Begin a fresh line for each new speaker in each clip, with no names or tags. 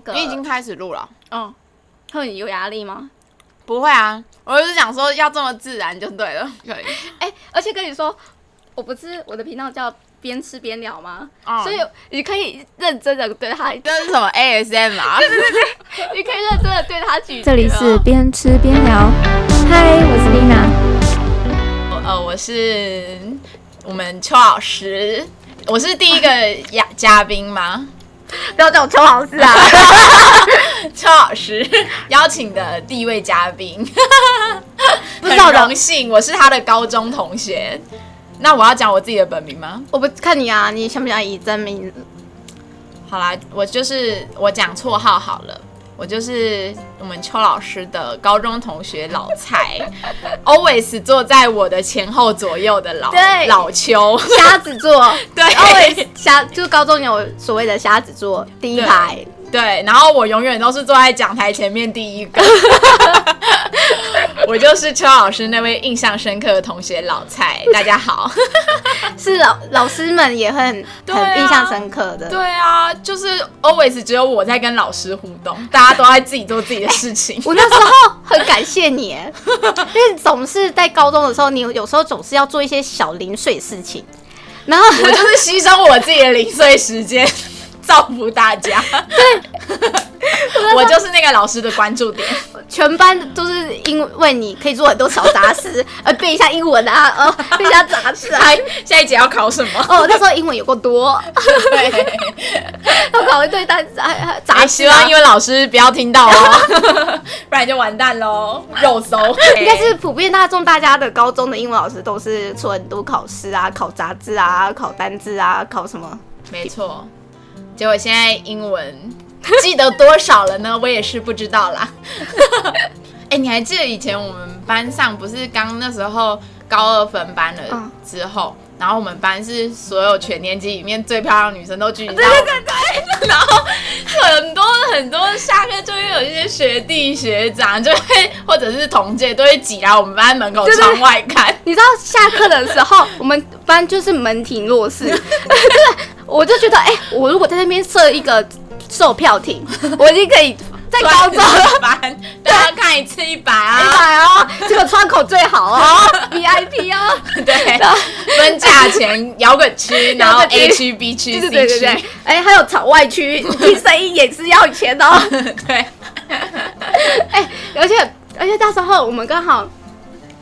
个
你已经开始录了，
嗯，会有压力吗？
不会啊，我就是想说要这么自然就对了， 可以，
哎、而且跟你说，我不是我的频道叫边吃边聊吗？
嗯
所以你可以认真的对他，
这是什么 ASM 啊？
你可以认真的对他咀嚼。
这里是边吃边聊，嗨，我是 Lina。
呃，我是我们邱老师，我是第一个嘉嘉宾吗？
不要叫我邱老师啊！
邱老师邀请的第一位嘉宾，
知道
很
的
荣幸，我是他的高中同学。那我要讲我自己的本名吗？
我不看你啊，你想不想以真名？
好啦，我就是我讲绰号好了，我就是我们邱老师的高中同学老蔡 ，always 坐在我的前后左右的老
对
老邱，
瞎子座
对
，always 瞎，就是高中有所谓的瞎子座，第一
对
排。
对，然后我永远都是坐在讲台前面第一个， 我就是邱老师那位印象深刻的同学老蔡，大家好。
是老老师们也会很、
对啊
很印象深刻的。
对啊，就是 always 只有我在跟老师互动，大家都在自己做自己的事情。
我那时候很感谢你耶，因为总是在高中的时候，你有时候总是要做一些小零碎事情，然后
我就是牺牲我自己的零碎时间，造福大家。对， 我就是那个老师的关注 点。
全班都是因为你可以做很多小杂事，呃，背一下英文啊，呃，背一下杂志啊。
哎，下一节要考什么？
哦，那时候英文有够多，
对，
要搞一堆单词，还还杂
哎，
志
希
啊
望英。文老师不要听到哦， 不然就完蛋喽，肉搜。
应该是普遍大众，大家的高中的英文老师都是出很多考试啊，考杂志啊，考单字啊，考什么？
没错。结果现在英文记得多少了呢？我也是不知道 啦。哎、你还记得以前我们班上不是刚那时候高二分班了
嗯
之后，然后我们班是所有全年级里面最漂亮的女生都聚集在我们班， 然后很多很多下课就会有一些学弟学长就会或者是同届都会挤来我们班门口
对对
窗外看。
你知道下课的时候，我们班就是门庭若 市，就是我就觉得，哎、我如果在那边设一个售票亭，我已经可以在高 中了。
班，对啊，看一次一百 啊，
哎哦，这个窗口最好哦，VIP 哦，
对，分价钱，摇滚 区，然后
摇滚区
A 区、B 区、
对对
C
对对
区，
对，哎、还有场外区，听声音也是要钱 哦，
对
哎、而且而且那时候我们刚好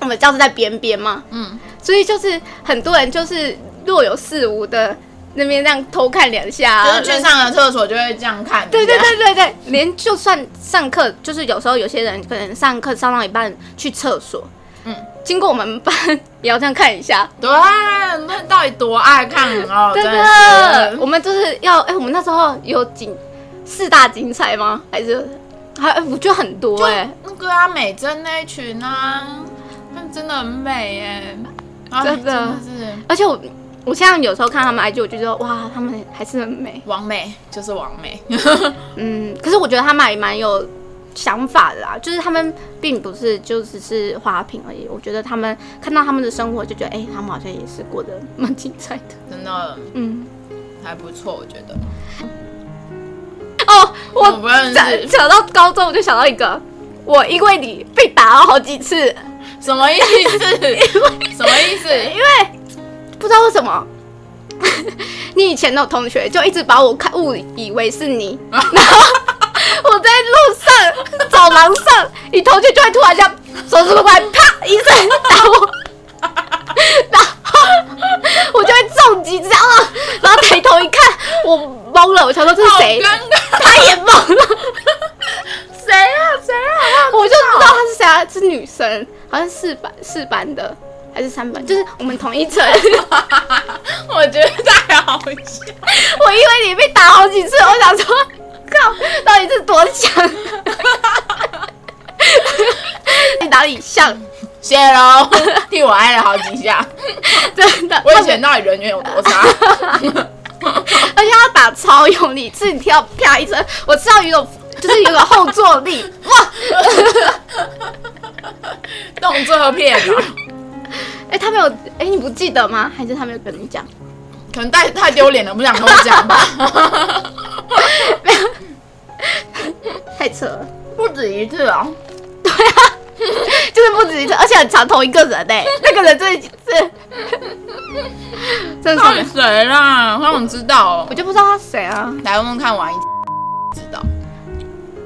我们教室在边边嘛，
嗯，
所以就是很多人就是若有似无的那边这样偷看两下、啊，
就是去上了厕所就会这样看，
对对啊
这样
对对对，连就算上课，就是有时候有些人可能上课上到一半去厕所，
嗯
嗯，经过我们班也要这样看一下，
对，啊那到底多爱看哦，
真
真
的，
是
我们就是要，哎、我们那时候有几四大竞赛吗？还是还哎我觉得很多哎、
那个啊，美珍那一群啊，那真的很美耶，啊
真的
是
而且我我现在有时候看他们 IG，我就觉得哇，他们还是很美，
王美，就是王美，
嗯，可是我觉得他们还蛮有想法的啦，就是他们并不是就只是花瓶而已。我觉得他们看到他们的生活，就觉得哎、诶他们好像也是过得蛮精彩的。
真的
嗯，
还不错，我觉得。
哦，
我
我
不认
扯
识，
扯到高中，我就想到一个，我因为你被打了好几次，
什么意 思？什么意思？
不知道为什么。 你以前的同学就一直把我看误以为是你，
啊
然后我在路上走廊上，你同学就会突然这样手指过来，啪一声打我， 然后我就会中几招了，啊然后抬头一看，我懵了，我想说这是
好
谁
尴？尬，
他也懵了，
谁啊？谁 啊？
我就知道她是谁啊，是女生，好像四班四班的还是三班，就是我们同一层。
我觉得太好笑。
我因为你被打好几次，我想说，靠，到底是多强？啊 你哪里像？
谢喽，替我挨了好几 下。
真的，
我以前到底人缘有多差？
而且他打超用力，自己跳啪一声，我知道有一种就是有一种后坐力，哇！
动作片啊，
哎、他没有，哎、你不记得吗？还是他没有跟你讲？
可能太太丢脸了，不想跟我讲吧。
太扯了，啊
不止一次啊！
就是不止一次，而且很常同一个人哎、那个人这这，真的
到
受不
底
了
谁啦？
啊
我想知道哦
我。就不知道他谁啊。
来问问看，王一知道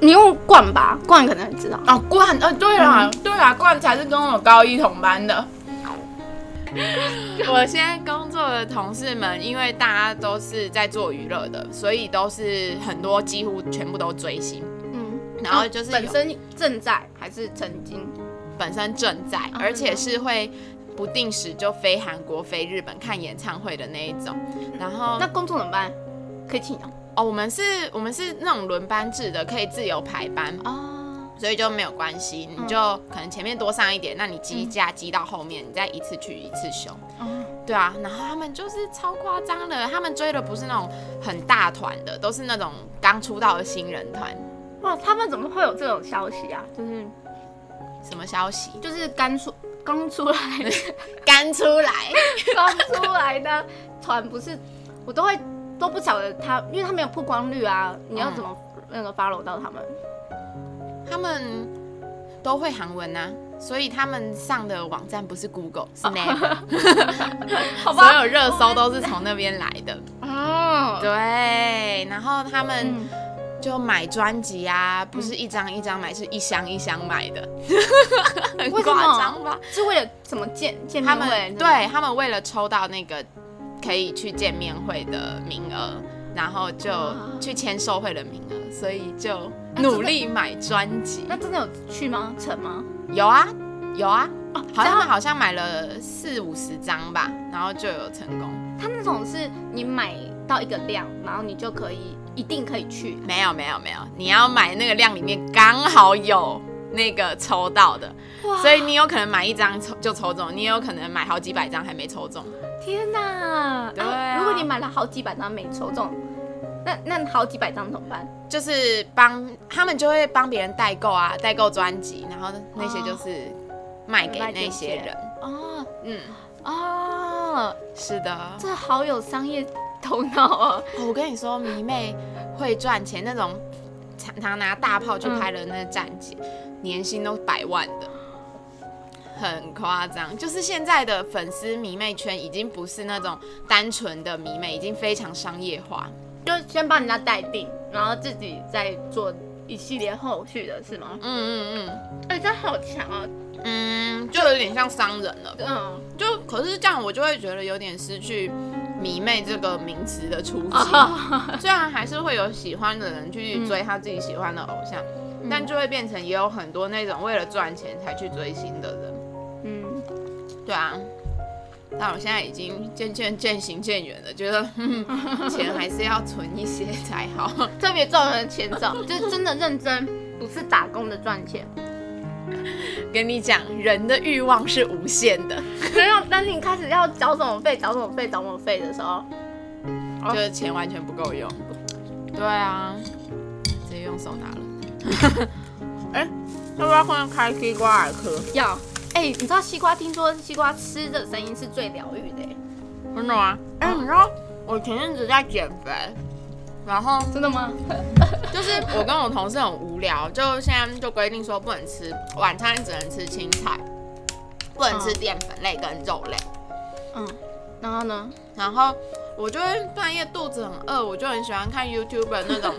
你用冠吧，冠可能知道。
哦。冠，呃，对啦，对啦，冠才是跟我高一同班的。 我现在工作的同事们，因为大家都是在做娱乐的，所以都是很多几乎全部都追星，
嗯，
然后就是有
本身正在还是曾经，
本身正在，而且是会不定时就飞韩国、飞日本看演唱会的那一种。然后
那工作怎么办？可以请哦。
哦，我们是，我们是那种轮班制的，可以自由排班，
哦，
所以就没有关系，你就可能前面多上一点，那你积假积到后面，你再一次去一次休。对啊，然后他们就是超夸张的，他们追的不是那种很大团的，都是那种刚出道的新人团。
哇，他们怎么会有这种消息啊？就是
什么消息？
就是刚出刚出来
干出来，
刚出来的团，不是我都会都不晓得他，因为他没有曝光率啊，你要怎么那个 follow 到他们？
他们都会韩文啊，所以他们上的网站不是 Google，是 Naver，、
好
所有热搜都是从那边来的。
哦，
对，然后他们
嗯，
就买专辑啊，不是一张一张买，是一箱一箱买 的，很
为什
夸
么嗯
张吧？
是为了什么见见
他
面
们
会？
对他们为了抽到那个可以去见面会的名额，然后就
啊
去签售会的名额，所以就
那真的
努力买专辑。
那真的有去吗？成吗？
有啊，有啊，好像
这样
好像买了四五十张吧，然后就有成功。
他那种是你买到一个量，然后你就可以一定可以去。
没有没有没有，你要买那个量里面刚好有那个抽到的，
哇
所以你有可能买一张抽就抽中，你也有可能买好几百张还没抽中。
天哪！
对啊
如果你买了好几百张没抽中，那那好几百张怎么办？
就是帮他们就会帮别人代购啊，代购专辑，然后那些就是哦卖给那些人。
哦
嗯，
哦，
是的。
这好有商业头脑哦。
哦我跟你说，迷妹会赚钱那种，常常拿大炮去拍的那站姐，年薪都百万的，很夸张。就是现在的粉丝迷妹圈已经不是那种单纯的迷妹，已经非常商业化。
就先帮人家待定，然后自己再做一系列后续的是吗？
嗯嗯
哎、这好强哦。
嗯嗯，就有点像商人了。
嗯，
就可是这样，我就会觉得有点失去迷妹这个名词的初心。 虽然还是会有喜欢的人去追他自己喜欢的偶像，但就会变成也有很多那种为了赚钱才去追星的人。
嗯，
对啊，但我现在已经渐渐渐行渐远了，觉得、 嗯、钱还是要存一些才好。
特别赚人的钱找， 就是真的认真，不是打工的赚钱。
跟你讲，人的欲望是无限的，
没有，当你开始要找什么费、找什么费、找什么费的时候，
就是钱完全不够用。哦对啊，直接用手拿了。 哎、要不要换开西瓜来喝？
要哎、你知道西瓜？听说西瓜吃的声音是最疗愈的、哎
真的吗？哎、你知道我前阵子在减肥，然后
真的吗？
就是我跟我同事很无聊，就现在就规定说不能吃晚餐，只能吃青菜，不能吃淀粉类跟肉类。
嗯，然后呢？
然后我就会半夜肚子很饿，我就很喜欢看 YouTuber 那 种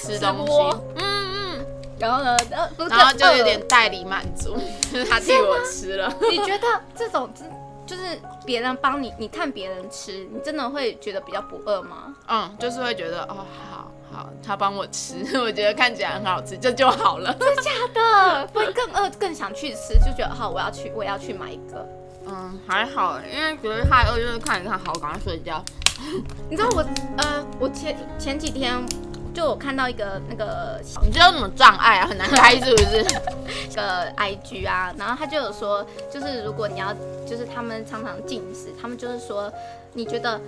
吃东
直播
西，嗯嗯，
然后呢？呃，不是
然后就有
饿
点代理满足，就是他替我吃了。
了。你觉得这种真就是别人帮你，你看别人吃，你真的会觉得比较不饿吗？
嗯，就是会觉得哦，好好，他帮我吃， 我觉得看起来很好吃，这就好了。
的，会更饿，更想去吃，就觉得好，我要去，我要去买一个。
嗯，还好，因为觉得太饿，就是看一看，好，赶快睡觉。
你知道我呃，我前前几天就我看到一个那个
你这有什么障碍啊？很难开是不是？
个 IG 啊，然后他就有说，就是如果你要，就是他们常常进食，他们就是说，你觉得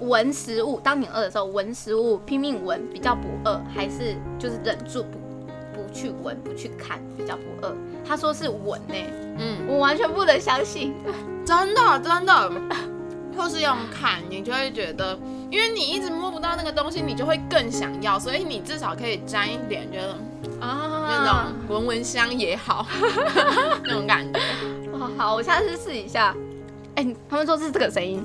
闻食物，当你饿的时候闻食物，拼命闻比较不饿，还是就是忍住不不去闻、不去看比较不饿？他说是闻呢、
嗯，
我完全不能相信。
真的真的，或是用看，你就会觉得因为你一直摸不到那个东西，你就会更想要，所以你至少可以沾一点，觉得那
啊
种闻闻香也好， 那种感觉。
哦，好，我下次试一下。哎、他们说是这个声音，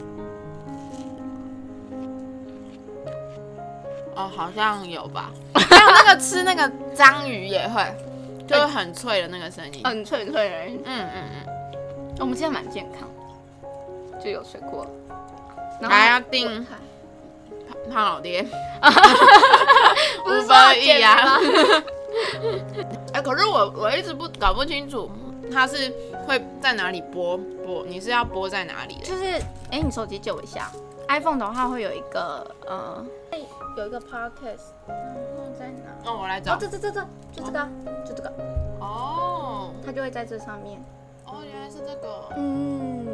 哦，好像有吧。 还有那个吃那个章鱼也会，就是很脆的那个声音。嗯
很脆很脆的声音。
嗯嗯，
我们现在蛮健康，就有水果。然
还要
后
订胖老 爹，
不是
五
说要
百
减
亿啊
吗？！
哎，可是我我一直不搞不清楚，它是会在哪里播播？你是要播在哪里的？
就是，哎、你手机借我一下。iPhone 的话会有一个，呃，有一个 Podcast，然后在哪？
那我来
哦
找，
这。这这这，就这个啊，就这个，
哦
它就会在这上面。
哦，原来是这个。
嗯，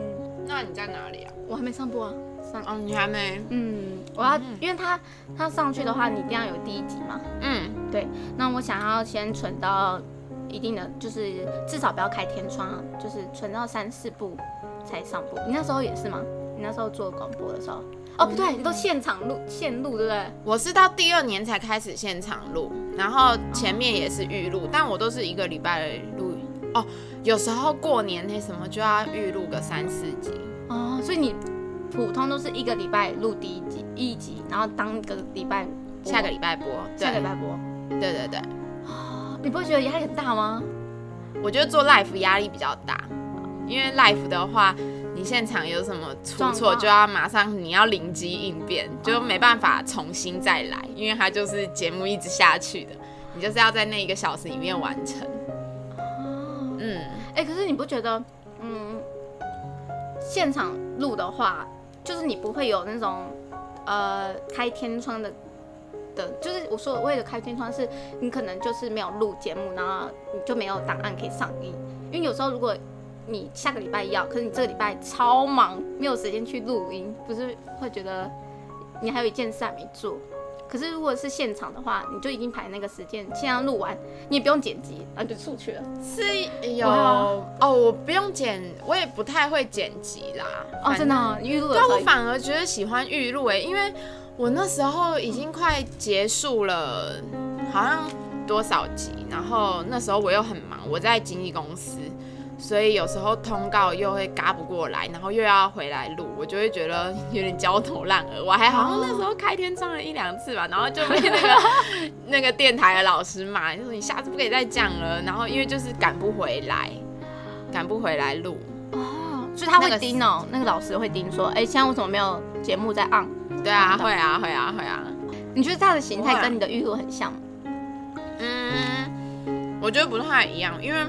那你在哪里啊？
我还没上播啊，上。
哦，你还没。
嗯，我要
嗯，
因为它它上去的话，你一定要有第一集嘛。
嗯
对，那我想要先存到一定的，就是至少不要开天窗啊，就是存到三四部才上播。你那时候也是吗？你那时候做广播的时候？哦，不对，你都现场录现录，对不对？
我是到第二年才开始现场录，然后前面也是预
哦
录，但我都是一个礼拜录。哦，有时候过年那什么就要预录个三四集。
哦，所以你普通都是一个礼拜录第一集一集，然后当个礼拜播
下个礼拜播，
下个礼
对
拜播，
对对对，
你不会觉得压力很大吗？
我觉得做 live 压力比较大，因为 live 的话，你现场有什么出
状
错
况哦
就要马上你要灵机应变，就没办法重新再来，因为它就是节目一直下去的，你就是要在那一个小时里面完成。
哦，
嗯，
哎、可是你不觉得，嗯，现场录的话，就是你不会有那种呃开天窗的的，就是我所谓的开天窗是，你可能就是没有录节目，然后你就没有档案可以上映，因为有时候如果你下个礼拜要，可是你这个礼拜超忙，没有时间去录音，不是会觉得你还有一件事还没做。可是如果是现场的话，你就已经排那个时间，现在录完，你也不用剪辑，然后就出去了。
是有
会
哦，我不用剪，我也不太会剪辑啦。
哦，
反
真的、哦，你预录的时
但
候
我反而觉得喜欢预录哎，因为我那时候已经快结束了，好像多少集，然后那时候我又很忙，我在经纪公司，所以有时候通告又会嘎不过来，然后又要回来录，我就会觉得有点焦头烂额。我还好像那时候开天窗了一两次吧，然后就被那个那个电台的老师骂，就说你下次不可以再讲了。然后因为就是赶不回来，赶不回来录，
哦，所以他
那
会
个
盯哦，那个老师会盯说，哎、现在为什么没有节目在 on？
对啊，会啊，会啊，会啊。
你觉得他的形
不会
态
啊
跟你的预录很像吗？
嗯，我觉得不太一样，因为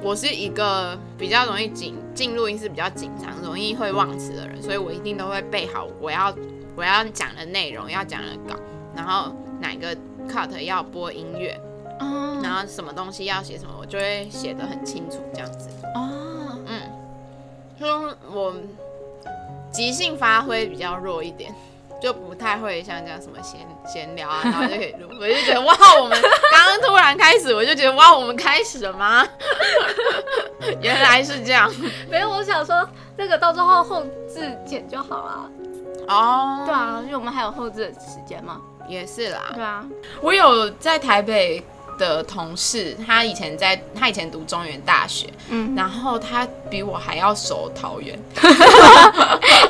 我是一个比较容易紧进录音室比较紧张，容易会忘词的人，所以我一定都会备好我要我要讲的内容，要讲的稿，然后哪个 cut 要播音乐，
哦
然后什么东西要写什么，我就会写得很清楚这样子。
哦，
嗯，就是我即兴发挥比较弱一点，就不太会像这样什么闲闲聊啊，然后就可以录。我就觉得哇，我们刚刚突然开始，我就觉得哇，我们开始了吗？ 原来是这样
没有，我想说那个到最后后置剪就好了。
哦，
对，啊，因为我们还有后置的时间嘛。
也是啦。
对 啊，
我有在台北的同事，他以前在他以前读中原大学，
嗯，
然后他比我还要熟桃园，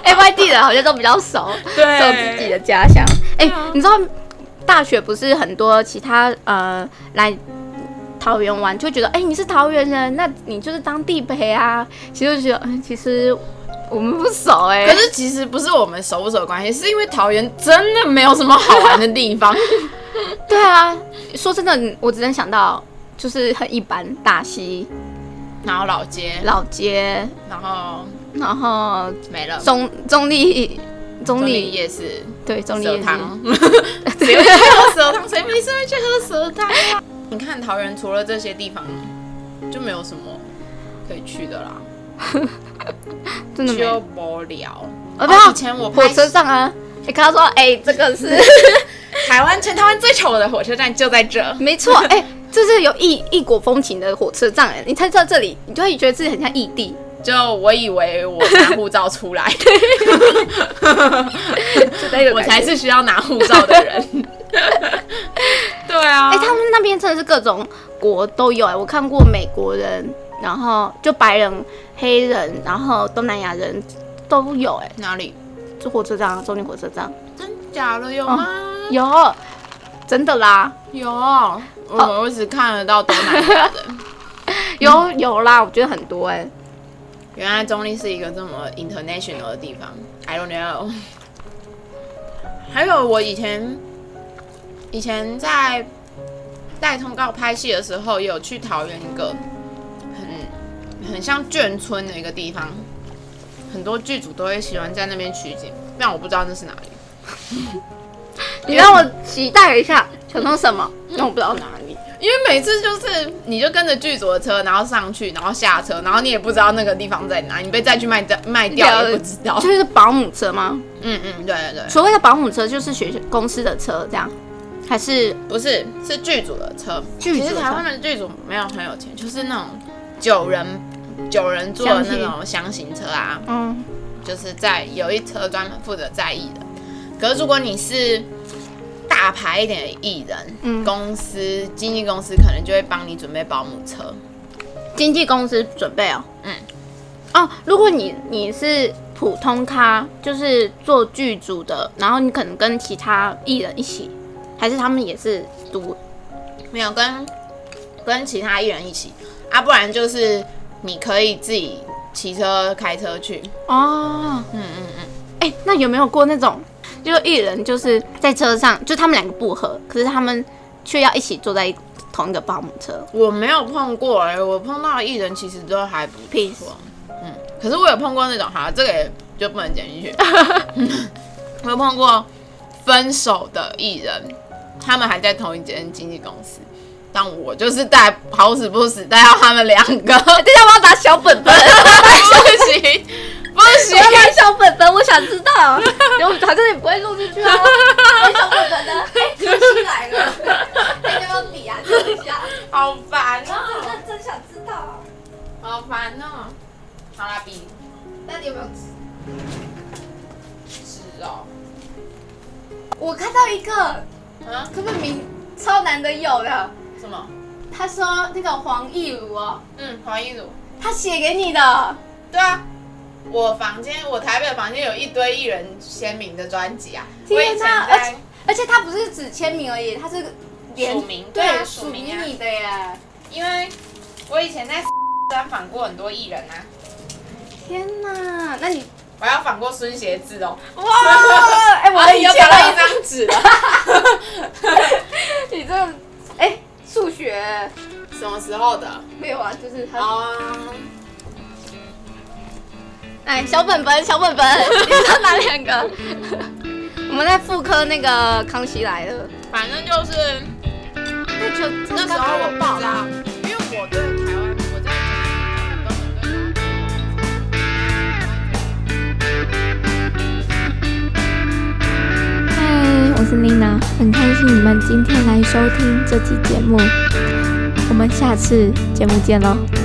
哎外地人好像都比较熟，
对
熟自己的家乡。哎、
啊
你知道大学不是很多其他呃来桃园玩，就会觉得哎、你是桃园人，那你就是当地陪啊。其实就觉得，嗯，其实我们不熟哎、
可是其实不是我们熟不熟的关系，是因为桃园真的没有什么好玩的 地方。
对啊，说真的，我只能想到就是很一般，大溪
然后老街，
老街，
然后
然后
没了。
中中立中
中
立
立夜市，
对中立
蛇
夜市
汤，谁会去喝蛇汤？谁没事会去喝蛇汤啊？你看桃园除了这些地方，就没有什么可以去的啦，
真的没
就
有。
无聊。
哦对啊
以前我
火
拍
车上啊，你跟他说，哎、这个是
台湾，全台湾最丑的火车站就在这。
没错，哎、这是有异异国风情的火车站、哎，你看到这里，你就会觉得自己很像异地，
就我以为我拿护照 出来，
之类的
我
感觉。
才是需要拿护照的人。 对啊，
哎、他们那边真的是各种国都有哎、我看过美国人，然后就白人、黑人，然后东南亚人都有哎、
哪里？
就火车站啊，中间火车站
真假的有吗？
有，真的啦，
有，哦
哦
我我只看得到东南亚 人。
有有啦，我觉得很多哎、
原来中立是一个这么 international 的地方，I don't know。还有我以前以前在带通告拍戏的时候，有去桃园一个很很像眷村的一个地方，很多剧组都会喜欢在那边取景，但我不知道那是哪里。
你让我期待一下，想说什么？那我不知道哪里。
因为每次就是你就跟着剧组的车，然后上去，然后下车，然后你也不知道那个地方在哪，你被再去卖掉卖掉也不知 道
就。是保姆车吗？
嗯嗯，对对对。
所谓的保姆车就是学公司的车这样，还是
不是，是剧组的车。嗯
剧组
其
的车
实台湾的剧组没有很有钱，就是那种九人九人坐的那种箱型车啊，
嗯
就是在有一车专门负责载艺人。可是如果你是大牌一点的艺人，
嗯
公司经纪公司可能就会帮你准备保姆车。
经纪公司准备哦？
嗯，
哦，如果你你是普通咖，就是做剧组的，然后你可能跟其他艺人一起，还是他们也是独
没有跟跟其他艺人一起啊，不然就是你可以自己骑车开车去。
哦，嗯嗯嗯，哎、那有没有过那种，就艺人就是在车上，就他们两个不合，可是他们却要一起坐在同一个保姆车？
我没有碰过哎、我碰到的艺人其实都还不
Peace
错，嗯，可是我有碰过那种，好，这个也就不能剪进 去。我有碰过分手的艺人，他们还在同一间经纪公司，但我就是带好死不死带到他们两
等一
个，
下我要打小本 本，
不 行不
我
行
要，打小本本，我想知 道，然后反正也不会录出去啊。我小本本呢？哎，出去来了，哎，要不要比啊？等一下，
好烦哦、
真真想知道。啊
好烦哦、好啦，比
那你有没有吃？
纸哦，
我看到一个
啊，
根本名超难得有的，
什么？
他说那个黄义儒哦，
嗯，黄一儒。
他写给你的。
对啊，我房间，我台北的房间有一堆艺人签名的专辑啊。我以
天
前
哪！而
在
且而且他不是只签名而已，他是连
署名对
对
啊
署
署名啊
名你的耶！
因为我以前在专访过很多艺人啊，
天哪！那你
我要访过孙协志哦，
哇！ 哎、我的
已
以
经
前
找到一
的
张纸
啊
了。
你这个哎、数学
什么时候的？
没有啊，就是他。
哦，
哎，小本本，小本本， 你要哪两个？ 我们在复刻那个《康熙来了》，
反正就是
那就
那时候我不知道，因为我对台湾，我在台湾根本对台湾。
嗨，我是 Lina，很开心你们今天来收听这期节目，我们下次节目见喽，拜